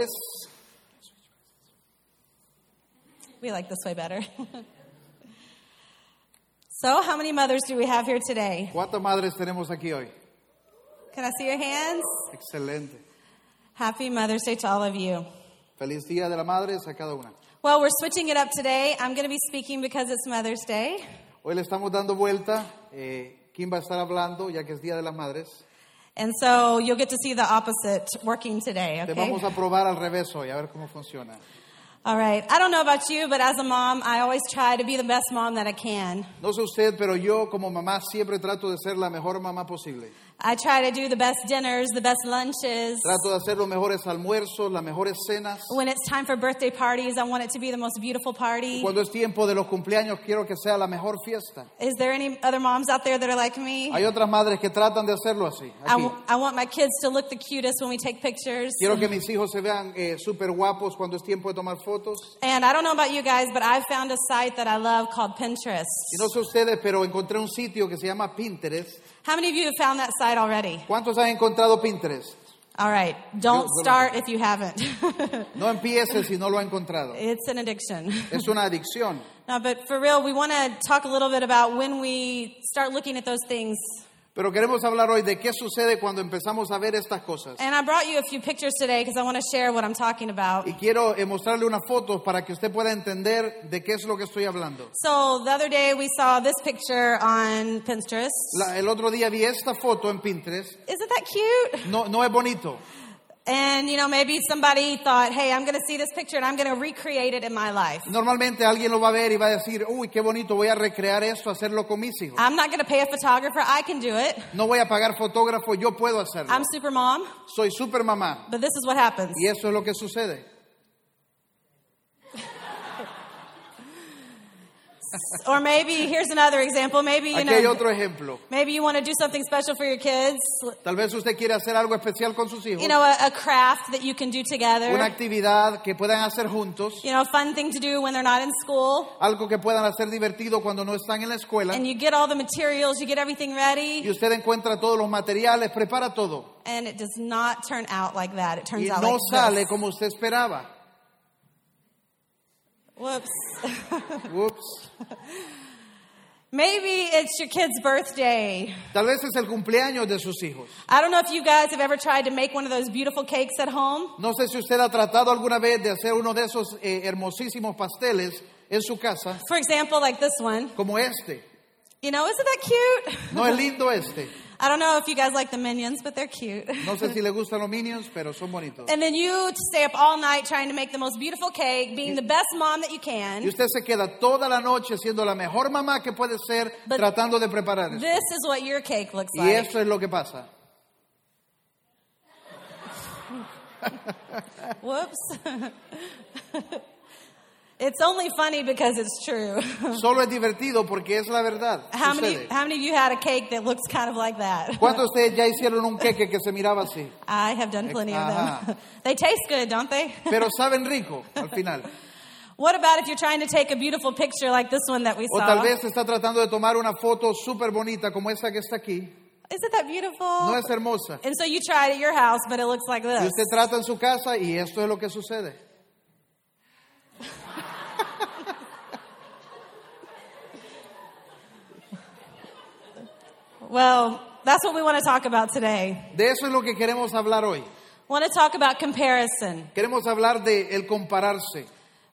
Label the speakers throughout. Speaker 1: Es,
Speaker 2: We like this way better. so, how many mothers do we have here today?
Speaker 1: ¿Cuántas madres tenemos aquí hoy?
Speaker 2: Can I see your hands?
Speaker 1: Excelente.
Speaker 2: Happy Mother's Day to all of you.
Speaker 1: Feliz Día de la Madres a cada una.
Speaker 2: Well, we're switching it up today. I'm going to be speaking because it's Mother's Day.
Speaker 1: Hoy le estamos dando vuelta. Eh, Kim va a estar hablando ya que es Día de las Madres.
Speaker 2: And so you'll get to see the opposite working today,
Speaker 1: Te vamos
Speaker 2: okay?
Speaker 1: a probar al revés hoy, a ver cómo funciona.
Speaker 2: All right. I don't know about you, but as a mom, I always try to be the best mom that I can.
Speaker 1: No sé usted, pero yo como mamá siempre trato de ser la mejor mamá posible.
Speaker 2: I try to do the best dinners, the best lunches.
Speaker 1: Trato de hacer los mejores almuerzos, las mejores cenas.
Speaker 2: When it's time for birthday parties, I want it to be the most beautiful party.
Speaker 1: Cuando es tiempo de los cumpleaños, quiero que sea la mejor fiesta.
Speaker 2: Is there any other moms out there that are like me?
Speaker 1: Hay otras madres que tratan de hacerlo así.
Speaker 2: I,
Speaker 1: aquí.
Speaker 2: w- I want my kids to look the cutest when we take pictures.
Speaker 1: Quiero que mis hijos se vean eh, súper guapos cuando es tiempo de tomar fotos.
Speaker 2: And I don't know about you guys, but I found a site that I love called Pinterest.
Speaker 1: Y no sé ustedes, pero encontré un sitio que se llama Pinterest.
Speaker 2: How many of you have found that site already?
Speaker 1: ¿Cuántos han encontrado Pinterest?
Speaker 2: All right,
Speaker 1: Yo- yo
Speaker 2: don't
Speaker 1: lo
Speaker 2: start if you haven't.
Speaker 1: No empiece si no lo ha encontrado.
Speaker 2: it's an addiction.
Speaker 1: Es una adicción.
Speaker 2: No, but for real, we want to talk a little bit about when we start looking at those things.
Speaker 1: Pero queremos hablar hoy de qué sucede cuando empezamos a ver estas cosas.
Speaker 2: And I brought you a few pictures today because I want to share what I'm talking about.
Speaker 1: Y quiero eh, mostrarle unas fotos para que usted pueda entender de qué es lo que estoy hablando.
Speaker 2: So the other day we saw this picture on Pinterest.
Speaker 1: La- el otro día vi esta foto en Pinterest.
Speaker 2: Isn't that cute?
Speaker 1: No, no es bonito.
Speaker 2: And you know, maybe somebody thought, hey, I'm going to see this picture and I'm going to recreate it in my life.
Speaker 1: Normalmente alguien lo va a ver y va a decir, uy, qué bonito, voy a recrear esto, hacerlo con mis hijos.
Speaker 2: I'm not going to pay a photographer. I can do it.
Speaker 1: No voy a pagar fotógrafo, yo puedo hacerlo.
Speaker 2: I'm super mom.
Speaker 1: Soy super mamá.
Speaker 2: But this is what happens.
Speaker 1: Y eso es lo que sucede.
Speaker 2: Or maybe here's another example. Maybe you
Speaker 1: Aquí hay
Speaker 2: know,
Speaker 1: otro ejemplo.
Speaker 2: maybe you want to do something special for your kids.
Speaker 1: Tal vez usted quiere hacer algo especial con sus hijos.
Speaker 2: You know, a, a craft that you can do together.
Speaker 1: Una actividad que puedan hacer juntos.
Speaker 2: You know, a fun thing to do when they're not in school.
Speaker 1: Algo que puedan hacer divertido cuando no están en la escuela.
Speaker 2: And you get all the materials, you get everything
Speaker 1: Y
Speaker 2: ready,
Speaker 1: usted encuentra todos los materiales, prepara todo.
Speaker 2: and it does not turn out like that. It turns
Speaker 1: Y
Speaker 2: out
Speaker 1: no
Speaker 2: like
Speaker 1: sale
Speaker 2: this.
Speaker 1: como usted esperaba.
Speaker 2: Whoops.
Speaker 1: Ups.
Speaker 2: Maybe it's your kid's birthday.
Speaker 1: Tal vez es el cumpleaños de sus hijos.
Speaker 2: I don't know if you guys have ever tried to make one of those beautiful cakes at home.
Speaker 1: No sé si usted ha tratado alguna vez de hacer uno de esos eh, hermosísimos pasteles en su casa,
Speaker 2: For example, like this one.
Speaker 1: como este.
Speaker 2: You know, isn't that cute?
Speaker 1: No es lindo este.
Speaker 2: I don't know if you guys like the minions, but they're cute.
Speaker 1: No sé si le gustan los minions, pero son bonitos.
Speaker 2: And then you stay up all night trying to make the most beautiful cake, being the best mom that you
Speaker 1: Y
Speaker 2: can.
Speaker 1: usted se queda toda la noche siendo la mejor mamá que puede ser,
Speaker 2: But-
Speaker 1: tratando de preparar eso.
Speaker 2: This is what your cake looks
Speaker 1: Y
Speaker 2: like.
Speaker 1: eso es lo que pasa.
Speaker 2: Whoops. it's only funny because it's true.
Speaker 1: Solo es divertido porque es la verdad.
Speaker 2: how many
Speaker 1: Sucede.
Speaker 2: how many of you had a cake that looks kind of like that?
Speaker 1: ¿Cuántos de ustedes ya hicieron un queque que se miraba así?
Speaker 2: I have done plenty of
Speaker 1: Ajá.
Speaker 2: them. they taste good, don't they?
Speaker 1: Pero saben rico al final.
Speaker 2: what about if you're trying to take a beautiful picture like this one that we
Speaker 1: O
Speaker 2: saw?
Speaker 1: tal vez está tratando de tomar una foto súper bonita como esa que está aquí.
Speaker 2: Isn't that beautiful?
Speaker 1: No es hermosa.
Speaker 2: and so you try it at your house, but it looks like
Speaker 1: Y
Speaker 2: this.
Speaker 1: usted trata en su casa y esto es lo que sucede.
Speaker 2: Well, that's what we want to talk about today.
Speaker 1: De eso es lo que queremos hablar hoy.
Speaker 2: want to talk about comparison
Speaker 1: Queremos hablar de el compararse.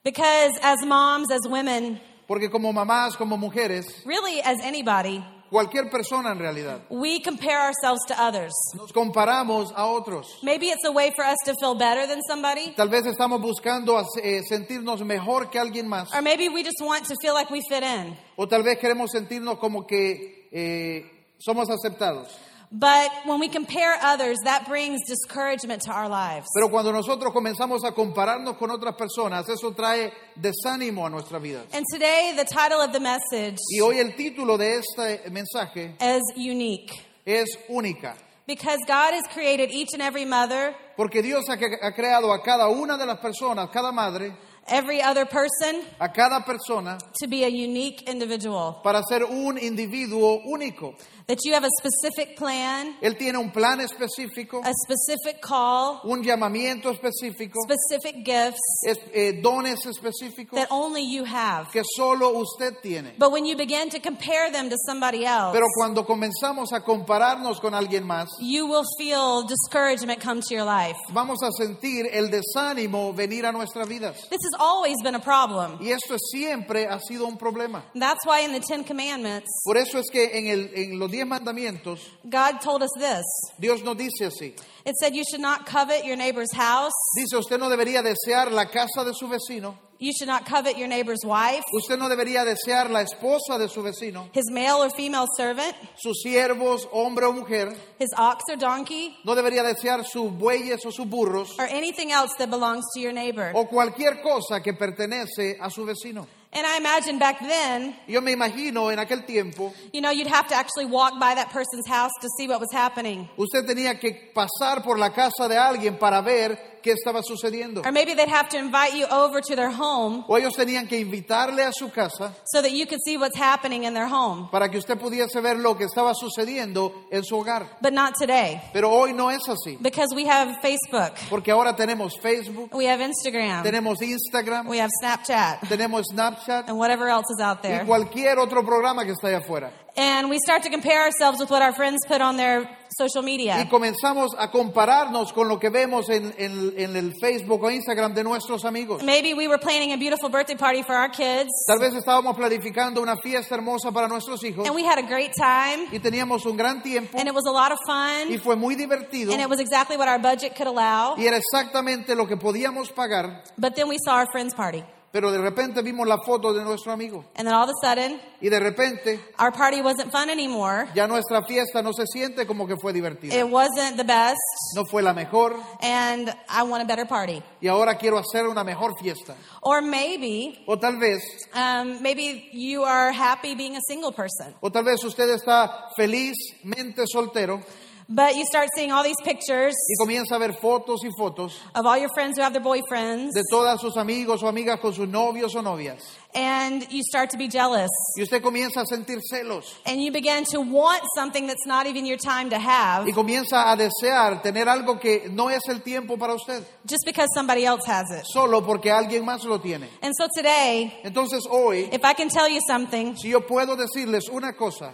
Speaker 2: because as moms, as women,
Speaker 1: Porque como mamás, como mujeres,
Speaker 2: really as anybody,
Speaker 1: cualquier persona en realidad,
Speaker 2: we compare ourselves to others.
Speaker 1: nos comparamos a otros.
Speaker 2: Maybe it's a way for us to feel better than somebody,
Speaker 1: Tal vez estamos buscando hace- eh, sentirnos mejor que alguien más.
Speaker 2: or maybe we just want to feel like we fit in.
Speaker 1: O tal vez queremos sentirnos como que eh, somos aceptados.
Speaker 2: But when we compare others, that brings discouragement to our lives.
Speaker 1: Pero cuando nosotros comenzamos a compararnos con otras personas, eso trae desánimo a nuestra vida.
Speaker 2: And today, the title of the message
Speaker 1: Y hoy el título de este mensaje
Speaker 2: is Unique
Speaker 1: es única,
Speaker 2: because God has created each and every mother
Speaker 1: porque Dios ha, ha creado a cada una de las personas, cada madre,
Speaker 2: every other person
Speaker 1: a cada persona
Speaker 2: to be a unique individual.
Speaker 1: para ser un individuo único.
Speaker 2: That you have a specific plan,
Speaker 1: Él tiene un plan específico,
Speaker 2: a specific call,
Speaker 1: un llamamiento específico,
Speaker 2: specific gifts
Speaker 1: es- eh, dones específicos
Speaker 2: that only you have.
Speaker 1: que solo usted tiene.
Speaker 2: But when you begin to compare them to somebody else,
Speaker 1: Pero cuando comenzamos a compararnos con alguien más,
Speaker 2: you will feel discouragement come to your life.
Speaker 1: vamos a sentir el desánimo venir a nuestras vidas.
Speaker 2: This has always been a problem.
Speaker 1: Y esto siempre ha sido un problema.
Speaker 2: That's why in the Ten Commandments,
Speaker 1: Por eso es que en, el- en los diez mandamientos,
Speaker 2: God told us this.
Speaker 1: Dios nos dice así.
Speaker 2: It said, You should not covet your neighbor's house.
Speaker 1: Dice, usted no debería desear la casa de su vecino,
Speaker 2: You should not covet your neighbor's wife,
Speaker 1: usted no debería desear la esposa de su vecino,
Speaker 2: his male or female servant,
Speaker 1: sus siervos, hombre o mujer,
Speaker 2: his ox or donkey,
Speaker 1: no debería desear sus bueyes o sus burros
Speaker 2: or anything else that belongs to your neighbor.
Speaker 1: o cualquier cosa que pertenece a su vecino.
Speaker 2: And I imagine back then,
Speaker 1: Yo me imagino en aquel tiempo,
Speaker 2: you know, you'd have to actually walk by that person's house to see what was happening.
Speaker 1: usted tenía que pasar por la casa de alguien para ver qué estaba sucediendo.
Speaker 2: Or maybe they'd have to invite you over to their home
Speaker 1: O ellos tenían que invitarle a su casa
Speaker 2: so that you could see what's happening in their home.
Speaker 1: para que usted pudiese ver lo que estaba sucediendo en su hogar.
Speaker 2: But not today,
Speaker 1: Pero hoy no es así,
Speaker 2: because we have Facebook,
Speaker 1: porque ahora tenemos Facebook,
Speaker 2: we have Instagram,
Speaker 1: tenemos Instagram,
Speaker 2: we have Snapchat,
Speaker 1: tenemos Snapchat
Speaker 2: and whatever else is out
Speaker 1: y
Speaker 2: there.
Speaker 1: cualquier otro programa que está allá afuera.
Speaker 2: And we start to compare ourselves with what our friends put on their social
Speaker 1: Y
Speaker 2: media.
Speaker 1: comenzamos a compararnos con lo que vemos en, en- en el Facebook o Instagram de nuestros amigos.
Speaker 2: Maybe we were planning a beautiful birthday party for our kids,
Speaker 1: Tal vez estábamos planificando una fiesta hermosa para nuestros hijos
Speaker 2: and we had a great time,
Speaker 1: y teníamos un gran tiempo
Speaker 2: and it was a lot of
Speaker 1: y
Speaker 2: fun,
Speaker 1: fue muy divertido
Speaker 2: and it was exactly what our budget could allow.
Speaker 1: y era exactamente lo que podíamos pagar
Speaker 2: But then we saw our friends' party,
Speaker 1: Pero de repente vimos la foto de nuestro amigo
Speaker 2: and then all of a sudden,
Speaker 1: y de repente
Speaker 2: our party wasn't fun anymore.
Speaker 1: ya nuestra fiesta no se siente como que fue divertida.
Speaker 2: It wasn't the best,
Speaker 1: No fue la mejor
Speaker 2: and I want a better party.
Speaker 1: y ahora quiero hacer una mejor fiesta.
Speaker 2: Or maybe,
Speaker 1: O tal vez,
Speaker 2: um, maybe you are happy being a single person,
Speaker 1: o tal vez usted está felizmente soltero
Speaker 2: but you start seeing all these pictures
Speaker 1: y comienza a ver fotos y fotos
Speaker 2: of all your friends who have their boyfriends,
Speaker 1: de todas sus amigos o amigas con sus novios o novias.
Speaker 2: and you start to be jealous.
Speaker 1: Y usted comienza a sentir celos
Speaker 2: And you begin to want something that's not even your time to have
Speaker 1: y comienza a desear tener algo que no es el tiempo para usted,
Speaker 2: just because somebody else has it.
Speaker 1: solo porque alguien más lo tiene.
Speaker 2: And so today,
Speaker 1: Entonces hoy,
Speaker 2: if I can tell you something,
Speaker 1: si yo puedo decirles una cosa,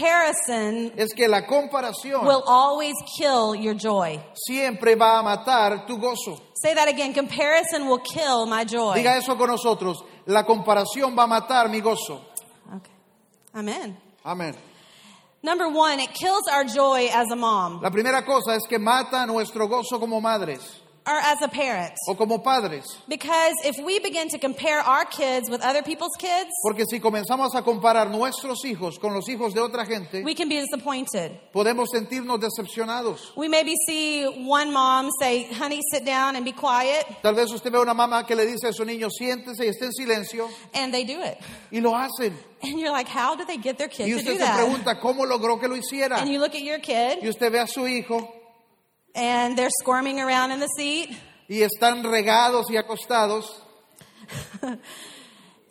Speaker 2: comparison
Speaker 1: es que la comparación
Speaker 2: will always kill your joy.
Speaker 1: siempre va a matar tu gozo.
Speaker 2: Say that again comparison will kill my joy.
Speaker 1: Diga eso con nosotros. La comparación va a matar mi gozo.
Speaker 2: Okay. Amen.
Speaker 1: Amén.
Speaker 2: Number one, it kills our joy as a mom
Speaker 1: La primera cosa es que mata nuestro gozo como madres
Speaker 2: or as a parent.
Speaker 1: o como padres.
Speaker 2: Because if we begin to compare our kids with other people's kids,
Speaker 1: Porque si comenzamos a comparar nuestros hijos con los hijos de otra gente,
Speaker 2: we can be disappointed.
Speaker 1: podemos sentirnos decepcionados.
Speaker 2: We maybe see one mom say, honey, sit down and be quiet,
Speaker 1: Tal vez usted ve a una mamá que le dice a su niño, siéntese y esté en silencio,
Speaker 2: and they do it.
Speaker 1: y lo hacen.
Speaker 2: And you're like, how did they get their kid
Speaker 1: Y
Speaker 2: to
Speaker 1: usted se
Speaker 2: do that?
Speaker 1: pregunta cómo logró que lo hiciera.
Speaker 2: And you look at your
Speaker 1: Y
Speaker 2: kid,
Speaker 1: usted ve a su hijo
Speaker 2: and they're squirming around in the seat,
Speaker 1: y están regados y acostados.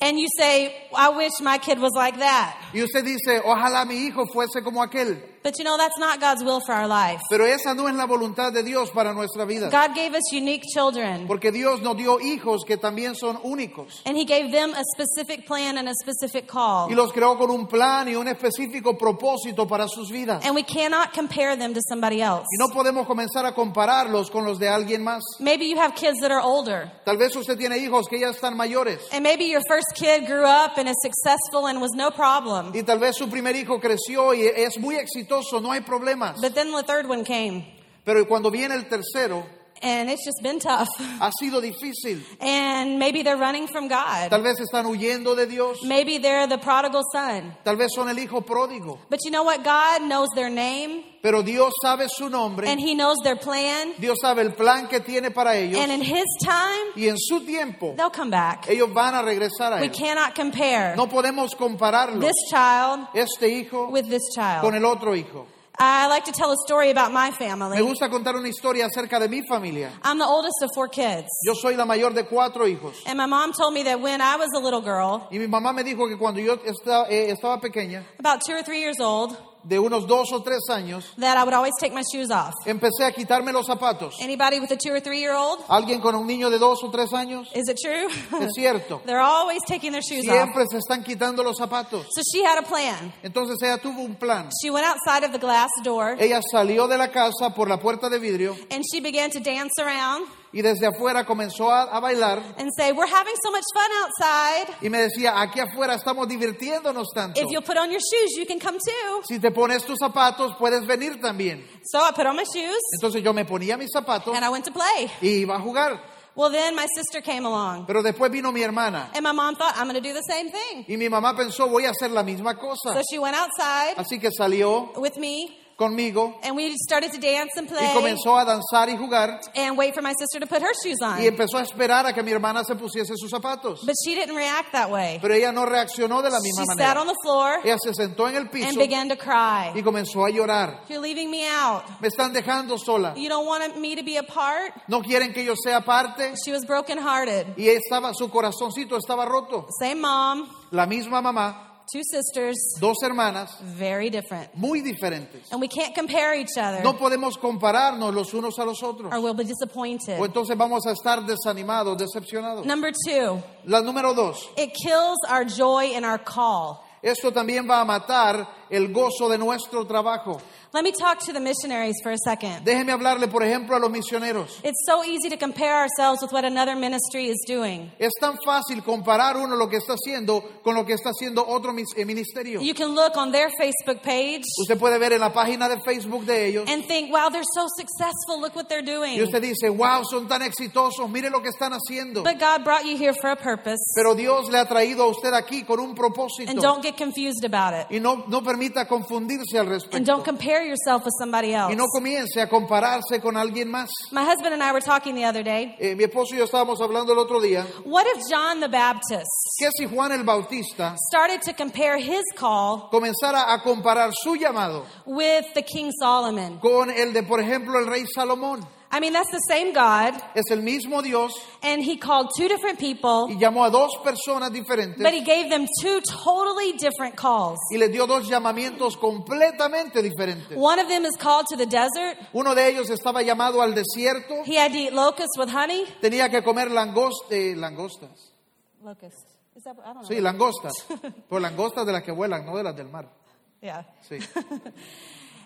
Speaker 2: and you say, I wish my kid was like that.
Speaker 1: Y usted dice, ojalá mi hijo fuese como aquel.
Speaker 2: But you know, that's not God's will for our life.
Speaker 1: Pero esa no es la voluntad de Dios para nuestra vida.
Speaker 2: God gave us unique children,
Speaker 1: Porque Dios nos dio hijos que también son únicos.
Speaker 2: and He gave them a specific plan and a specific
Speaker 1: Y
Speaker 2: call.
Speaker 1: los creó con un plan y un específico propósito para sus vidas.
Speaker 2: And we cannot compare them to somebody else.
Speaker 1: Y no podemos comenzar a compararlos con los de alguien más.
Speaker 2: Maybe you have kids that are older,
Speaker 1: Tal vez usted tiene hijos que ya están mayores.
Speaker 2: and maybe your first kid grew up and is successful and was no problem.
Speaker 1: Y tal vez su primer hijo creció y es muy exitoso, no hay problemas.
Speaker 2: But then the third one came,
Speaker 1: Pero cuando viene el tercero,
Speaker 2: and it's just been tough.
Speaker 1: ha sido difícil.
Speaker 2: And maybe they're running from God.
Speaker 1: Tal vez están huyendo de Dios.
Speaker 2: Maybe they're the prodigal son.
Speaker 1: Tal vez son el hijo pródigo.
Speaker 2: But you know what? God knows their name,
Speaker 1: Pero Dios sabe su nombre.
Speaker 2: and He knows their plan.
Speaker 1: Dios sabe el plan que tiene para ellos
Speaker 2: And in His time,
Speaker 1: y en su tiempo
Speaker 2: they'll come back.
Speaker 1: ellos van a regresar a
Speaker 2: We
Speaker 1: él.
Speaker 2: cannot compare
Speaker 1: No podemos compararlos
Speaker 2: this child
Speaker 1: este hijo
Speaker 2: with this
Speaker 1: con
Speaker 2: child.
Speaker 1: el otro hijo.
Speaker 2: I like to tell a story about my
Speaker 1: Me
Speaker 2: family.
Speaker 1: gusta contar una historia acerca de mi familia.
Speaker 2: I'm the oldest of four kids.
Speaker 1: Yo soy la mayor de cuatro hijos.
Speaker 2: And my mom told me that when I was a little girl,
Speaker 1: Y mi mamá me dijo que cuando yo esta- eh, estaba pequeña,
Speaker 2: about two or three years old,
Speaker 1: de unos dos o tres años,
Speaker 2: that I would always take my shoes off.
Speaker 1: empecé a quitarme los zapatos.
Speaker 2: Anybody with a two or three year old?
Speaker 1: ¿Alguien con un niño de dos o tres años?
Speaker 2: Is it true?
Speaker 1: Es cierto.
Speaker 2: They're always taking their shoes off.
Speaker 1: Siempre se están quitando los zapatos.
Speaker 2: So she had a plan.
Speaker 1: Entonces ella tuvo un plan.
Speaker 2: She went outside of the glass door
Speaker 1: Ella salió de la casa por la puerta de vidrio
Speaker 2: and she began to dance around
Speaker 1: y desde afuera comenzó a, a bailar
Speaker 2: and say, We're having so much fun outside.
Speaker 1: y me decía, aquí afuera estamos divirtiéndonos tanto.
Speaker 2: If you'll put on your shoes, you can come too.
Speaker 1: Si te pones tus zapatos, puedes venir también.
Speaker 2: So I put on my shoes
Speaker 1: Entonces yo me ponía mis zapatos
Speaker 2: and I went to play.
Speaker 1: y iba a jugar.
Speaker 2: Well, then my sister came along
Speaker 1: Pero después vino mi hermana
Speaker 2: and my mom thought, I'm going to do the same thing.
Speaker 1: y mi mamá pensó, voy a hacer la misma
Speaker 2: So
Speaker 1: cosa.
Speaker 2: she went outside
Speaker 1: Así que salió
Speaker 2: with me
Speaker 1: conmigo
Speaker 2: and we started to dance and
Speaker 1: y
Speaker 2: play
Speaker 1: comenzó a danzar y jugar
Speaker 2: and wait for my sister to put her shoes
Speaker 1: y
Speaker 2: on.
Speaker 1: empezó a esperar a que mi hermana se pusiese sus zapatos.
Speaker 2: But she didn't react that way.
Speaker 1: Pero ella no reaccionó de la misma
Speaker 2: She sat
Speaker 1: manera.
Speaker 2: on the floor
Speaker 1: Ella se sentó en el
Speaker 2: and
Speaker 1: piso
Speaker 2: began to cry.
Speaker 1: y comenzó a llorar.
Speaker 2: You're leaving me out.
Speaker 1: Me están dejando sola.
Speaker 2: You don't want me to be a part.
Speaker 1: No quieren que yo sea parte.
Speaker 2: She was brokenhearted.
Speaker 1: Y estaba, su corazoncito estaba roto.
Speaker 2: Same mom,
Speaker 1: La misma mamá,
Speaker 2: two sisters,
Speaker 1: dos hermanas,
Speaker 2: very different.
Speaker 1: muy diferentes.
Speaker 2: And we can't compare each other
Speaker 1: No podemos compararnos los unos a los otros.
Speaker 2: or we'll be disappointed.
Speaker 1: O entonces vamos a estar desanimados, decepcionados.
Speaker 2: Number two,
Speaker 1: La número dos,
Speaker 2: it kills our joy and our call.
Speaker 1: esto también va a matar el gozo de nuestro trabajo.
Speaker 2: Let me talk to the missionaries for a second.
Speaker 1: Déjeme hablarle, por ejemplo, a los misioneros.
Speaker 2: It's so easy to compare ourselves with what another ministry is doing.
Speaker 1: Es tan fácil comparar uno lo que está haciendo con lo que está haciendo otro mis- eh, ministerio.
Speaker 2: You can look on their Facebook page
Speaker 1: Usted puede ver en la página de Facebook de ellos
Speaker 2: and think, wow, they're so successful. Look what they're
Speaker 1: Y
Speaker 2: doing.
Speaker 1: usted dice, wow, son tan exitosos, mire lo que están haciendo.
Speaker 2: But God brought you here for a purpose.
Speaker 1: Pero Dios le ha traído a usted aquí con un
Speaker 2: And
Speaker 1: propósito.
Speaker 2: don't get confused about it.
Speaker 1: Y no, no permita confundirse al
Speaker 2: And don't
Speaker 1: respecto.
Speaker 2: compare yourself with somebody else.
Speaker 1: Y no comience a compararse con alguien más.
Speaker 2: My husband and I were talking the other day.
Speaker 1: Eh, mi esposo y yo estábamos hablando el otro día.
Speaker 2: What if John the Baptist
Speaker 1: que si Juan el Bautista
Speaker 2: started to compare his call
Speaker 1: comenzara a comparar su llamado
Speaker 2: with the King Solomon?
Speaker 1: con el de, por ejemplo, el rey Salomón?
Speaker 2: I mean, that's the same God,
Speaker 1: Es el mismo Dios
Speaker 2: and he called two different people,
Speaker 1: y llamó a dos personas
Speaker 2: but
Speaker 1: diferentes
Speaker 2: he gave them two totally different calls.
Speaker 1: y les dio dos llamamientos completamente diferentes.
Speaker 2: One of them is called to the desert.
Speaker 1: Uno de ellos estaba llamado al desierto
Speaker 2: He had to eat locusts with honey.
Speaker 1: Tenía que comer langos- eh, langostas.
Speaker 2: Locusts. Is that what I don't know.
Speaker 1: Sí, langostas. Por langostas de las que vuelan, no de las del mar.
Speaker 2: Yeah.
Speaker 1: Sí.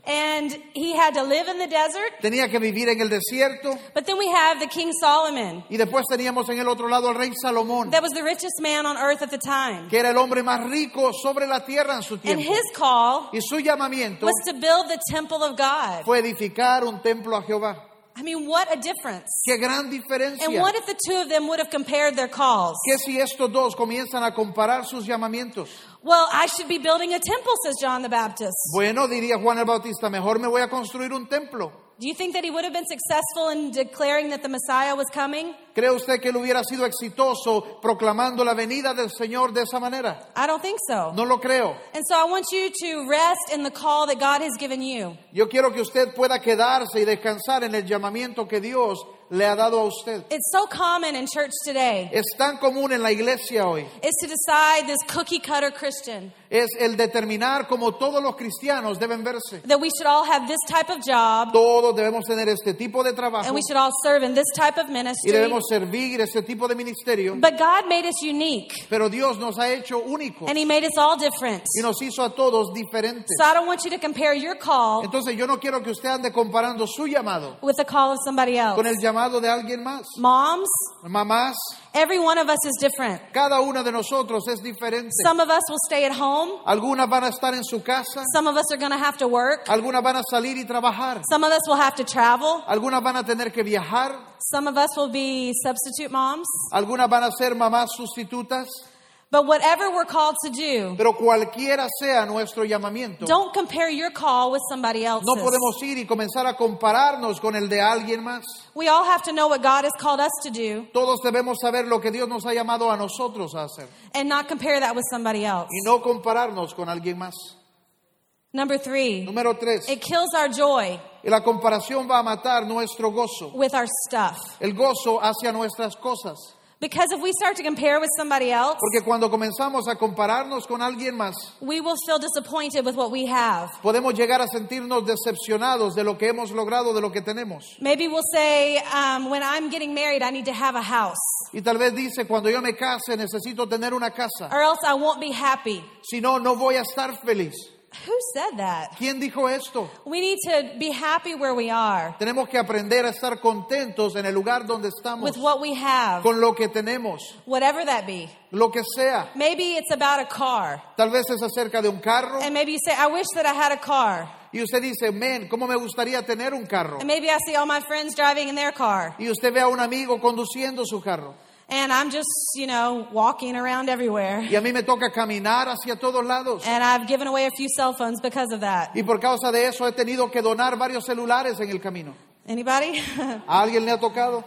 Speaker 2: And he had to live in the desert.
Speaker 1: Tenía que vivir en el desierto.
Speaker 2: But then we have the King Solomon.
Speaker 1: Y después teníamos en el otro lado al rey Salomón,
Speaker 2: that was the richest man on earth at the time.
Speaker 1: que era el hombre más rico sobre la tierra en su
Speaker 2: And
Speaker 1: tiempo.
Speaker 2: his call
Speaker 1: Y su llamamiento
Speaker 2: was to build the temple of God.
Speaker 1: fue edificar un templo a Jehová.
Speaker 2: I mean, what a difference.
Speaker 1: Qué gran
Speaker 2: And
Speaker 1: diferencia.
Speaker 2: what if the two of them would have compared their calls?
Speaker 1: Que si estos dos comienzan a comparar sus llamamientos.
Speaker 2: Well, I should be building a temple, says John the Baptist.
Speaker 1: Bueno, diría Juan el Bautista, mejor me voy a construir un templo.
Speaker 2: Do you think that he would have been successful in declaring that the Messiah was coming?
Speaker 1: ¿Cree usted que él hubiera sido exitoso proclamando la venida del Señor de esa manera?
Speaker 2: I don't think so.
Speaker 1: No lo creo.
Speaker 2: And so I want you to rest in the call that God has given you.
Speaker 1: Yo quiero que usted pueda quedarse y descansar en el llamamiento que Dios le ha dado a usted.
Speaker 2: It's so common in church today
Speaker 1: Es tan común en la iglesia hoy.
Speaker 2: is to decide this cookie cutter Christian
Speaker 1: Es el determinar cómo todos los cristianos deben verse.
Speaker 2: that we should all have this type of job
Speaker 1: Todos debemos tener este tipo de
Speaker 2: And
Speaker 1: trabajo
Speaker 2: we should all serve in this type of
Speaker 1: y
Speaker 2: ministry.
Speaker 1: debemos servir este tipo de ministerio.
Speaker 2: But God made us unique,
Speaker 1: Pero Dios nos ha hecho únicos
Speaker 2: and He made us all different.
Speaker 1: y nos hizo a todos diferentes.
Speaker 2: So I don't want you to compare your call
Speaker 1: Entonces yo no quiero que usted ande comparando su llamado
Speaker 2: with the call of somebody else.
Speaker 1: con el llamado de alguien más.
Speaker 2: Moms,
Speaker 1: Mamás,
Speaker 2: every one of us is different.
Speaker 1: cada una de nosotros es diferente.
Speaker 2: Some of us will stay at home,
Speaker 1: Algunas van a estar en su casa,
Speaker 2: some of us are going to have to work,
Speaker 1: Algunas van a salir y trabajar.
Speaker 2: some of us will have to travel,
Speaker 1: Algunas van a tener que viajar.
Speaker 2: some of us will be substitute moms.
Speaker 1: Algunas van a ser mamás sustitutas.
Speaker 2: But whatever we're called to do,
Speaker 1: Pero cualquiera sea nuestro llamamiento,
Speaker 2: don't compare your call with somebody else's.
Speaker 1: no podemos ir y comenzar a compararnos con el de alguien más.
Speaker 2: We all have to know what God has called us to do
Speaker 1: Todos debemos saber lo que Dios nos ha llamado a nosotros a hacer
Speaker 2: and not compare that with somebody else.
Speaker 1: y no compararnos con alguien más.
Speaker 2: Number three,
Speaker 1: Número tres,
Speaker 2: it kills our joy
Speaker 1: y la comparación va a matar nuestro gozo,
Speaker 2: with our stuff.
Speaker 1: el gozo hacia nuestras cosas.
Speaker 2: Because if we start to compare with somebody else,
Speaker 1: Porque cuando comenzamos a compararnos con alguien más,
Speaker 2: we will feel disappointed with what we have.
Speaker 1: podemos llegar a sentirnos decepcionados de lo que hemos logrado, de lo que tenemos.
Speaker 2: Maybe we'll say, um, when I'm getting married, I need to have a house,
Speaker 1: Y tal vez dice, cuando yo me case necesito tener una casa,
Speaker 2: or else I won't be happy.
Speaker 1: si no, no voy a estar feliz.
Speaker 2: Who said that?
Speaker 1: ¿Quién dijo esto?
Speaker 2: We need to be happy where we are
Speaker 1: Tenemos que aprender a estar contentos en el lugar donde estamos,
Speaker 2: with what we have,
Speaker 1: con lo que tenemos,
Speaker 2: whatever that be.
Speaker 1: lo que sea.
Speaker 2: Maybe it's about a car,
Speaker 1: Tal vez es acerca de un carro
Speaker 2: and maybe you say, I wish that I had a car.
Speaker 1: y usted dice, men, ¿cómo me gustaría tener un carro?
Speaker 2: And maybe I see all my friends driving in their car,
Speaker 1: Y usted ve a un amigo conduciendo su carro.
Speaker 2: and I'm just, you know, walking around everywhere.
Speaker 1: Y a mí me toca caminar hacia todos lados.
Speaker 2: And I've given away a few cell phones because of that.
Speaker 1: Y por causa de eso he tenido que donar varios celulares en el camino.
Speaker 2: Anybody?
Speaker 1: ¿A alguien le ha tocado?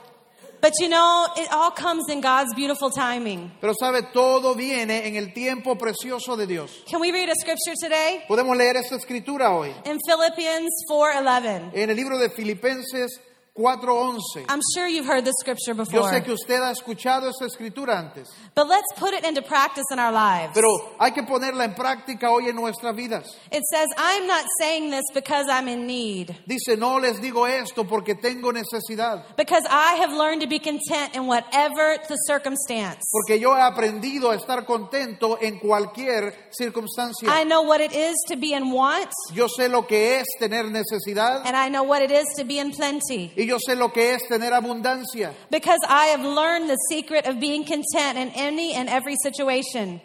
Speaker 2: but you know, it all comes in God's beautiful timing.
Speaker 1: Pero sabe, todo viene en el tiempo precioso de Dios.
Speaker 2: Can we read a scripture today?
Speaker 1: Podemos leer esta escritura hoy
Speaker 2: In Philippians 4:11.
Speaker 1: en el libro de Filipenses 4:11.
Speaker 2: I'm sure you've heard this scripture
Speaker 1: Yo
Speaker 2: before.
Speaker 1: sé que usted ha escuchado esta escritura antes,
Speaker 2: But let's put it into practice in our lives.
Speaker 1: pero hay que ponerla en práctica hoy en nuestras vidas.
Speaker 2: It says, "I'm not saying this because I'm in need,
Speaker 1: Dice, no les digo esto porque tengo necesidad,
Speaker 2: because I have learned to be content in whatever the circumstance.
Speaker 1: porque yo he aprendido a estar contento en cualquier circunstancia.
Speaker 2: I know what it is to be in want,
Speaker 1: Yo sé lo que es tener necesidad
Speaker 2: and I know what it is to be in plenty."
Speaker 1: y yo sé lo que es tener abundancia,
Speaker 2: Because I have learned the secret of being content in any and every situation.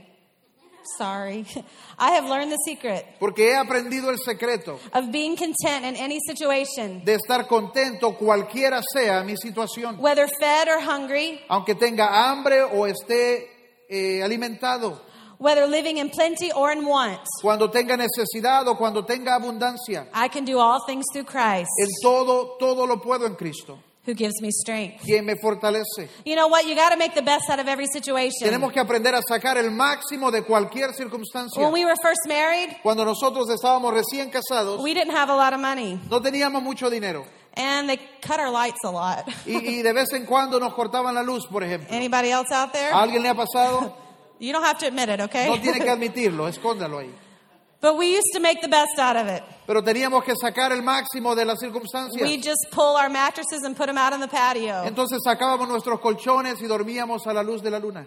Speaker 2: Sorry. I have learned the secret
Speaker 1: porque he aprendido el secreto
Speaker 2: of being content in any situation,
Speaker 1: de estar contento cualquiera sea mi situación,
Speaker 2: whether fed or hungry,
Speaker 1: aunque tenga hambre o esté eh, alimentado,
Speaker 2: whether living in plenty or in want.
Speaker 1: cuando tenga necesidad o cuando tenga abundancia.
Speaker 2: I can do all things through Christ
Speaker 1: En todo, todo lo puedo en Cristo,
Speaker 2: who gives me strength.
Speaker 1: quien me fortalece.
Speaker 2: You know what? You got to make the best out of every situation.
Speaker 1: Tenemos que aprender a sacar el máximo de cualquier circunstancia.
Speaker 2: When we were first married,
Speaker 1: Cuando nosotros estábamos recién casados,
Speaker 2: we didn't have a lot of money,
Speaker 1: no teníamos mucho dinero
Speaker 2: and they cut our lights a lot.
Speaker 1: y, y de vez en cuando nos cortaban la luz, por ejemplo.
Speaker 2: Anybody else out
Speaker 1: ¿A
Speaker 2: there?
Speaker 1: alguien le ha pasado?
Speaker 2: You don't have to admit it,
Speaker 1: No tiene que
Speaker 2: okay?
Speaker 1: admitirlo, escóndalo ahí.
Speaker 2: But we used to make the best out of it.
Speaker 1: Pero teníamos que sacar el máximo de las
Speaker 2: We
Speaker 1: circunstancias.
Speaker 2: just pull our mattresses and put them out on the patio.
Speaker 1: Entonces sacábamos nuestros colchones y dormíamos a la luz de la luna.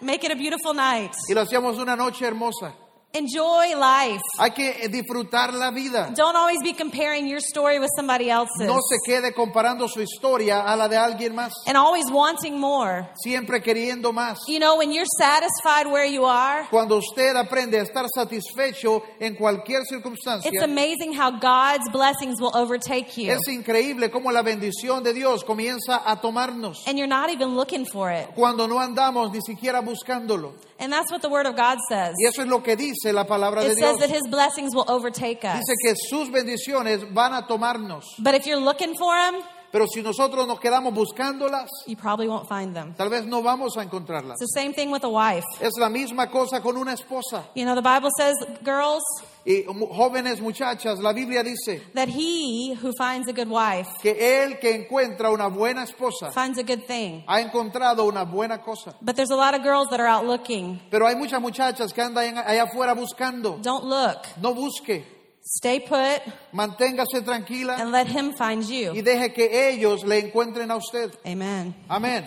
Speaker 2: Make it a beautiful night.
Speaker 1: Y lo hacíamos una noche hermosa.
Speaker 2: Enjoy life.
Speaker 1: Hay que eh, disfrutar la vida.
Speaker 2: Don't always be comparing your story with somebody else's
Speaker 1: No se quede comparando su historia a la de alguien más.
Speaker 2: and always wanting more.
Speaker 1: Siempre queriendo más.
Speaker 2: You know, when you're satisfied where you are,
Speaker 1: Cuando usted aprende a estar satisfecho en cualquier
Speaker 2: it's
Speaker 1: circunstancia,
Speaker 2: amazing how God's blessings will overtake you.
Speaker 1: es increíble cómo la bendición de Dios comienza a tomarnos
Speaker 2: And you're not even looking for it.
Speaker 1: cuando no andamos ni siquiera buscándolo.
Speaker 2: And that's what the Word of God says
Speaker 1: Y eso es lo que dice la palabra de
Speaker 2: it says
Speaker 1: Dios.
Speaker 2: that His blessings will overtake us.
Speaker 1: Dice que sus bendiciones van a tomarnos.
Speaker 2: But if you're looking for them,
Speaker 1: Pero si nosotros nos quedamos buscándolas,
Speaker 2: you probably won't find them.
Speaker 1: tal vez no vamos a encontrarlas.
Speaker 2: It's the same thing with a wife.
Speaker 1: Es la misma cosa con una esposa.
Speaker 2: You know, the Bible says, girls,
Speaker 1: Y mu- jóvenes muchachas, la Biblia dice
Speaker 2: that he who finds a good wife
Speaker 1: que el que encuentra una buena esposa
Speaker 2: finds a good thing.
Speaker 1: ha encontrado una buena cosa.
Speaker 2: But there's a lot of girls that are out looking.
Speaker 1: Pero hay muchas muchachas que andan allá afuera buscando.
Speaker 2: Don't look.
Speaker 1: No busque,
Speaker 2: Stay put
Speaker 1: manténgase tranquila
Speaker 2: and let him find
Speaker 1: y
Speaker 2: you.
Speaker 1: deje que ellos le encuentren a usted.
Speaker 2: Amen.
Speaker 1: Amén.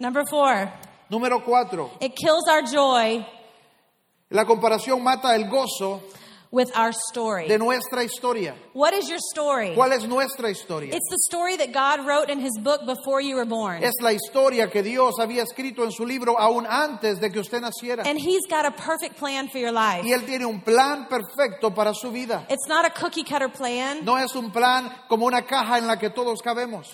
Speaker 2: Number four,
Speaker 1: Número cuatro.
Speaker 2: it kills our joy
Speaker 1: La comparación mata el gozo
Speaker 2: with our
Speaker 1: de
Speaker 2: story.
Speaker 1: nuestra historia.
Speaker 2: What is your story?
Speaker 1: ¿Cuál es nuestra historia?
Speaker 2: It's the story that God wrote in his book before you were born.
Speaker 1: Es la historia que Dios había escrito en su libro aún antes de que usted naciera.
Speaker 2: And he's got a perfect plan for your life.
Speaker 1: Y Él tiene un plan perfecto para su vida.
Speaker 2: It's not a cookie cutter plan,
Speaker 1: No es un plan como una caja en la que todos cabemos.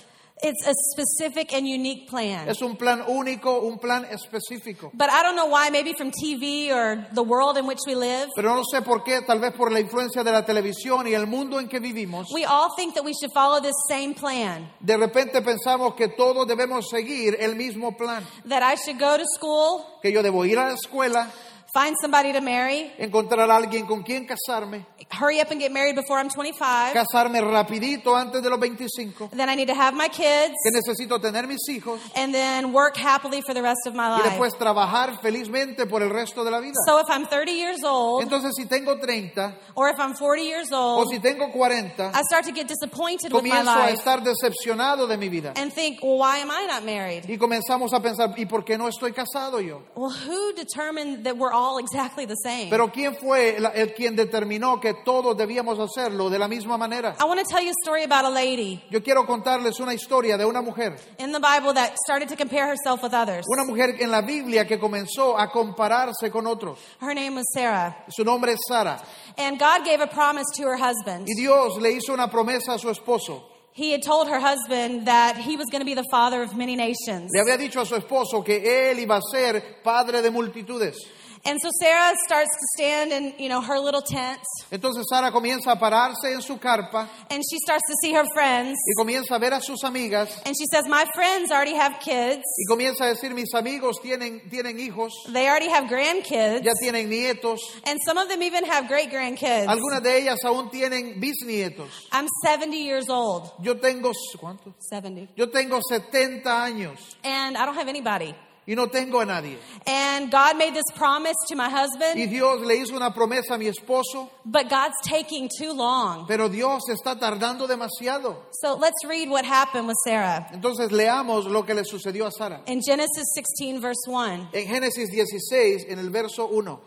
Speaker 2: it's a specific and unique plan.
Speaker 1: Es un plan único, un plan específico.
Speaker 2: But I don't know why, maybe from TV or the world in which we live,
Speaker 1: Pero no sé por qué, tal vez por la influencia de la televisión y el mundo en que vivimos,
Speaker 2: We all think that we should follow this same plan.
Speaker 1: de repente pensamos que todos debemos seguir el mismo plan.
Speaker 2: That I should go to school,
Speaker 1: Que yo debo ir a la escuela,
Speaker 2: find somebody to marry,
Speaker 1: encontrar a alguien con quien casarme,
Speaker 2: hurry up and get married before I'm 25.
Speaker 1: casarme rapidito antes de los 25,
Speaker 2: Then I need to have my kids
Speaker 1: que necesito tener mis hijos
Speaker 2: and then work happily for the rest of my
Speaker 1: y
Speaker 2: life.
Speaker 1: después trabajar felizmente por el resto de la vida.
Speaker 2: So if I'm 30 years old
Speaker 1: Entonces si tengo 30
Speaker 2: or if I'm 40 years
Speaker 1: o
Speaker 2: old,
Speaker 1: si tengo 40,
Speaker 2: I start to get disappointed with my
Speaker 1: comienzo a
Speaker 2: life
Speaker 1: estar decepcionado de mi vida.
Speaker 2: and think, well, why am I not married?
Speaker 1: Y comenzamos a pensar, ¿y por qué no estoy casado yo?
Speaker 2: Well, who determined that we're all exactly the same?
Speaker 1: Pero ¿quién fue el, el quien determinó que todos debíamos hacerlo de la misma manera?
Speaker 2: I want to tell you a story about a lady
Speaker 1: Yo quiero contarles una historia de una mujer,
Speaker 2: in the Bible that started to compare herself with others.
Speaker 1: una mujer en la Biblia que comenzó a compararse con otros.
Speaker 2: Her name was Sarah.
Speaker 1: Su nombre es Sara.
Speaker 2: And God gave a promise to her husband.
Speaker 1: Y Dios le hizo una promesa a su esposo.
Speaker 2: He had told her husband that he was going to be the father of many nations.
Speaker 1: Le había dicho a su esposo que él iba a ser padre de multitudes.
Speaker 2: And so Sarah starts to stand in, you know, her little tent
Speaker 1: Entonces Sara comienza a pararse en su carpa
Speaker 2: and she starts to see her friends
Speaker 1: y comienza a ver a sus amigas
Speaker 2: and she says, "My friends already have kids.
Speaker 1: y comienza a decir, mis amigos tienen, tienen hijos,
Speaker 2: They already have grandkids.
Speaker 1: ya tienen nietos,
Speaker 2: And some of them even have great-grandkids.
Speaker 1: algunas de ellas aún tienen bisnietos.
Speaker 2: I'm 70 years old.
Speaker 1: Yo tengo, ¿cuánto?
Speaker 2: 70.
Speaker 1: Yo tengo 70 años
Speaker 2: And I don't have anybody.
Speaker 1: y no tengo a nadie.
Speaker 2: And God made this promise to my
Speaker 1: Y
Speaker 2: husband,
Speaker 1: Dios le hizo una promesa a mi esposo,
Speaker 2: but God's taking too long.
Speaker 1: pero Dios está tardando demasiado.
Speaker 2: So let's read what happened with Sarah.
Speaker 1: Entonces leamos lo que le sucedió a Sara.
Speaker 2: In Genesis 16, verse 1.
Speaker 1: En Génesis 16, en el verso 1.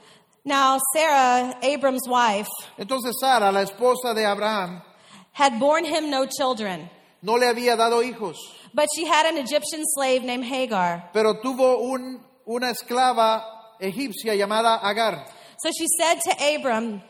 Speaker 2: Now, Sarah, Abram's wife,
Speaker 1: Entonces Sara, la esposa de Abraham,
Speaker 2: had borne him no children,
Speaker 1: no le había dado hijos,
Speaker 2: but she had an Egyptian slave named Hagar.
Speaker 1: pero tuvo un- una esclava egipcia llamada Agar.
Speaker 2: So she said to Abram,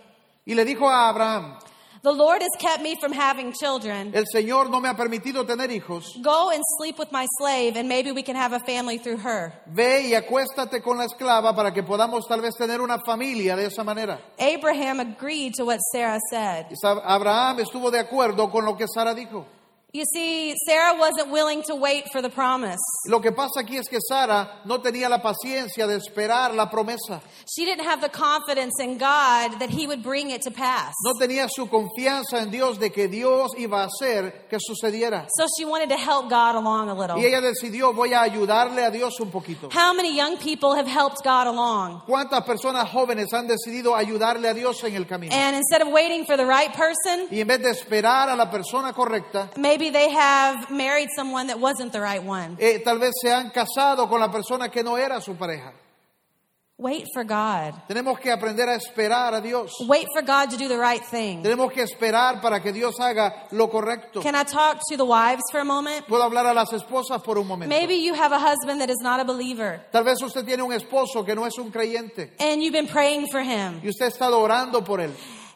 Speaker 1: Y le dijo a Abraham,
Speaker 2: The Lord has kept me from having children.
Speaker 1: el Señor no me ha permitido tener hijos,
Speaker 2: Go and sleep with my slave, and maybe we can have a family through her.
Speaker 1: ve y acuéstate con la esclava para que podamos tal vez tener una familia de esa manera.
Speaker 2: Abraham agreed to what Sarah said.
Speaker 1: Y Sa- Abraham estuvo de acuerdo con lo que Sara dijo.
Speaker 2: You see, Sarah wasn't willing to wait for the promise.
Speaker 1: Lo que pasa aquí es que Sara no tenía la paciencia de esperar la promesa,
Speaker 2: She didn't have the confidence in God that He would bring it to pass.
Speaker 1: no tenía su confianza en Dios de que Dios iba a hacer que sucediera.
Speaker 2: So she wanted to help God along a little.
Speaker 1: Y ella decidió, voy a ayudarle a Dios un poquito.
Speaker 2: How many young people have helped God along?
Speaker 1: ¿Cuántas personas jóvenes han decidido ayudarle a Dios en el camino?
Speaker 2: And instead of waiting for the right person,
Speaker 1: Y en vez de esperar a la persona correcta,
Speaker 2: maybe they have married someone that wasn't the right one.
Speaker 1: eh, tal vez se han casado con la persona que no era su pareja.
Speaker 2: Wait for God.
Speaker 1: Tenemos que aprender a esperar a Dios.
Speaker 2: Wait for God to do the right thing.
Speaker 1: Tenemos que esperar para que Dios haga lo correcto.
Speaker 2: Can I talk to the wives for a moment?
Speaker 1: Puedo hablar a las esposas por un momento.
Speaker 2: Maybe you have a husband that is not a believer
Speaker 1: Tal vez usted tiene un esposo que no es un creyente
Speaker 2: and you've been praying for him
Speaker 1: y usted ha estado orando por él.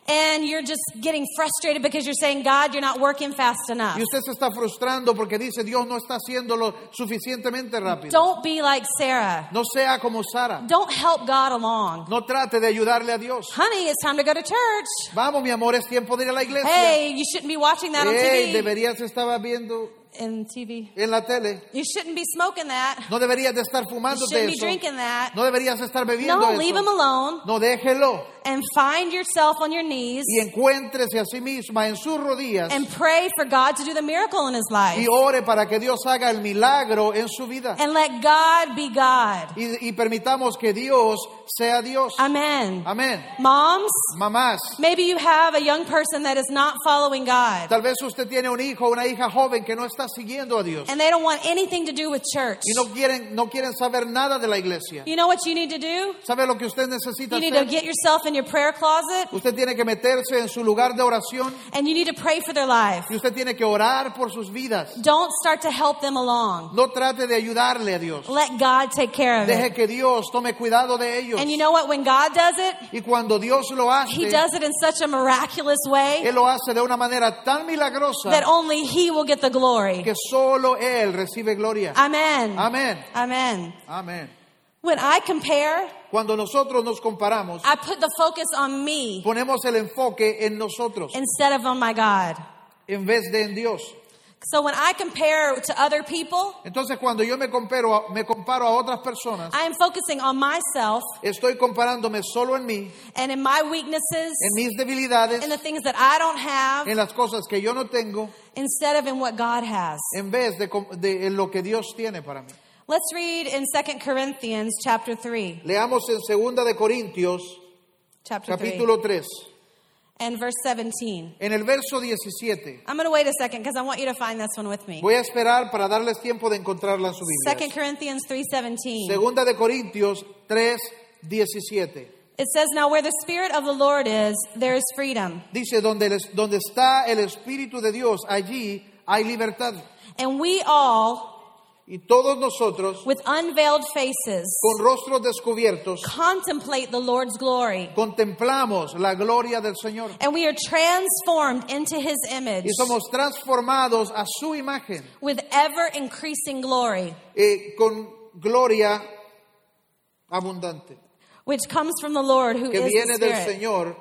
Speaker 2: and you're just getting frustrated because you're saying, God, you're not working fast enough.
Speaker 1: Y usted se está frustrando porque dice Dios no está haciéndolo suficientemente rápido.
Speaker 2: Don't be like Sarah.
Speaker 1: No sea como Sara.
Speaker 2: Don't help God along.
Speaker 1: No trate de ayudarle a Dios.
Speaker 2: Honey, it's time to go to church.
Speaker 1: Vamos, mi amor, es tiempo de ir a la iglesia.
Speaker 2: Hey, you shouldn't be watching that on
Speaker 1: Hey,
Speaker 2: TV.
Speaker 1: deberías estar viendo
Speaker 2: in TV.
Speaker 1: en la tele.
Speaker 2: You shouldn't be smoking that.
Speaker 1: No deberías de estar
Speaker 2: You
Speaker 1: fumándote
Speaker 2: shouldn't be
Speaker 1: eso.
Speaker 2: drinking that.
Speaker 1: No deberías estar bebiendo
Speaker 2: No,
Speaker 1: eso.
Speaker 2: leave him alone
Speaker 1: No, déjelo.
Speaker 2: and find yourself on your knees
Speaker 1: Y encuéntrese a sí misma en sus rodillas
Speaker 2: and pray for God to do the miracle in his life.
Speaker 1: y ore para que Dios haga el milagro en su vida.
Speaker 2: And let God be God.
Speaker 1: Y, y permitamos que Dios sea Dios.
Speaker 2: Amen.
Speaker 1: Amén.
Speaker 2: Moms,
Speaker 1: Mamás,
Speaker 2: maybe you have a young person that is not following God
Speaker 1: tal vez usted tiene un hijo o una hija joven que no está siguiendo a Dios
Speaker 2: and they don't want anything to do with church.
Speaker 1: y no quieren, no quieren saber nada de la iglesia.
Speaker 2: You know what you need to do?
Speaker 1: ¿Sabe lo que usted necesita
Speaker 2: You need
Speaker 1: hacer?
Speaker 2: to get yourself in your prayer closet
Speaker 1: Usted tiene que meterse en su lugar de oración
Speaker 2: and you need to pray for their life.
Speaker 1: y usted tiene que orar por sus vidas.
Speaker 2: Don't start to help them along.
Speaker 1: No trate de ayudarle a Dios.
Speaker 2: Let God take care of it.
Speaker 1: Deje que Dios tome cuidado de ellos.
Speaker 2: And you know what? When God does it,
Speaker 1: Y cuando Dios lo
Speaker 2: He
Speaker 1: hace,
Speaker 2: does it in such a miraculous way
Speaker 1: Él lo hace de una manera tan
Speaker 2: that
Speaker 1: milagrosa
Speaker 2: only He will get the glory.
Speaker 1: que solo Él recibe gloria.
Speaker 2: Amen.
Speaker 1: Amén.
Speaker 2: Amen.
Speaker 1: Amén.
Speaker 2: When I compare,
Speaker 1: Cuando nosotros nos comparamos,
Speaker 2: I put the focus on me
Speaker 1: ponemos el enfoque en nosotros
Speaker 2: instead of on my God.
Speaker 1: en vez de en Dios.
Speaker 2: So when I compare to other people,
Speaker 1: Entonces cuando yo me comparo, a- me comparo a otras personas,
Speaker 2: I am focusing on myself
Speaker 1: estoy comparándome solo en mí,
Speaker 2: and in my weaknesses,
Speaker 1: en mis debilidades,
Speaker 2: in the things that I don't have,
Speaker 1: en las cosas que yo no tengo,
Speaker 2: instead of in what God has.
Speaker 1: en vez de, com- de en lo que Dios tiene para mí.
Speaker 2: Let's read in 2 Corinthians chapter 3.
Speaker 1: Leamos en 2 de Corintios
Speaker 2: Chapter 3
Speaker 1: capítulo 3,
Speaker 2: and verse 17.
Speaker 1: en el verso 17.
Speaker 2: I'm going to wait a second because I want you to find this one with me.
Speaker 1: Voy a esperar para darles tiempo de encontrarla en su
Speaker 2: 2
Speaker 1: Biblia.
Speaker 2: Corinthians 3:17.
Speaker 1: Segunda de Corintios 3, 17.
Speaker 2: It says, "Now where the spirit of the Lord is, there is freedom.
Speaker 1: Dice, donde, el es- donde está el Espíritu de Dios, allí hay libertad.
Speaker 2: And we all
Speaker 1: Y todos nosotros,
Speaker 2: with unveiled faces
Speaker 1: con rostros descubiertos,
Speaker 2: contemplate the Lord's glory,
Speaker 1: contemplamos la gloria del Señor.
Speaker 2: and we are transformed into his image
Speaker 1: Y somos transformados a su imagen,
Speaker 2: with ever increasing glory,
Speaker 1: eh, con gloria abundante,
Speaker 2: which comes from the Lord who
Speaker 1: que
Speaker 2: is the
Speaker 1: viene del
Speaker 2: Spirit."
Speaker 1: Señor,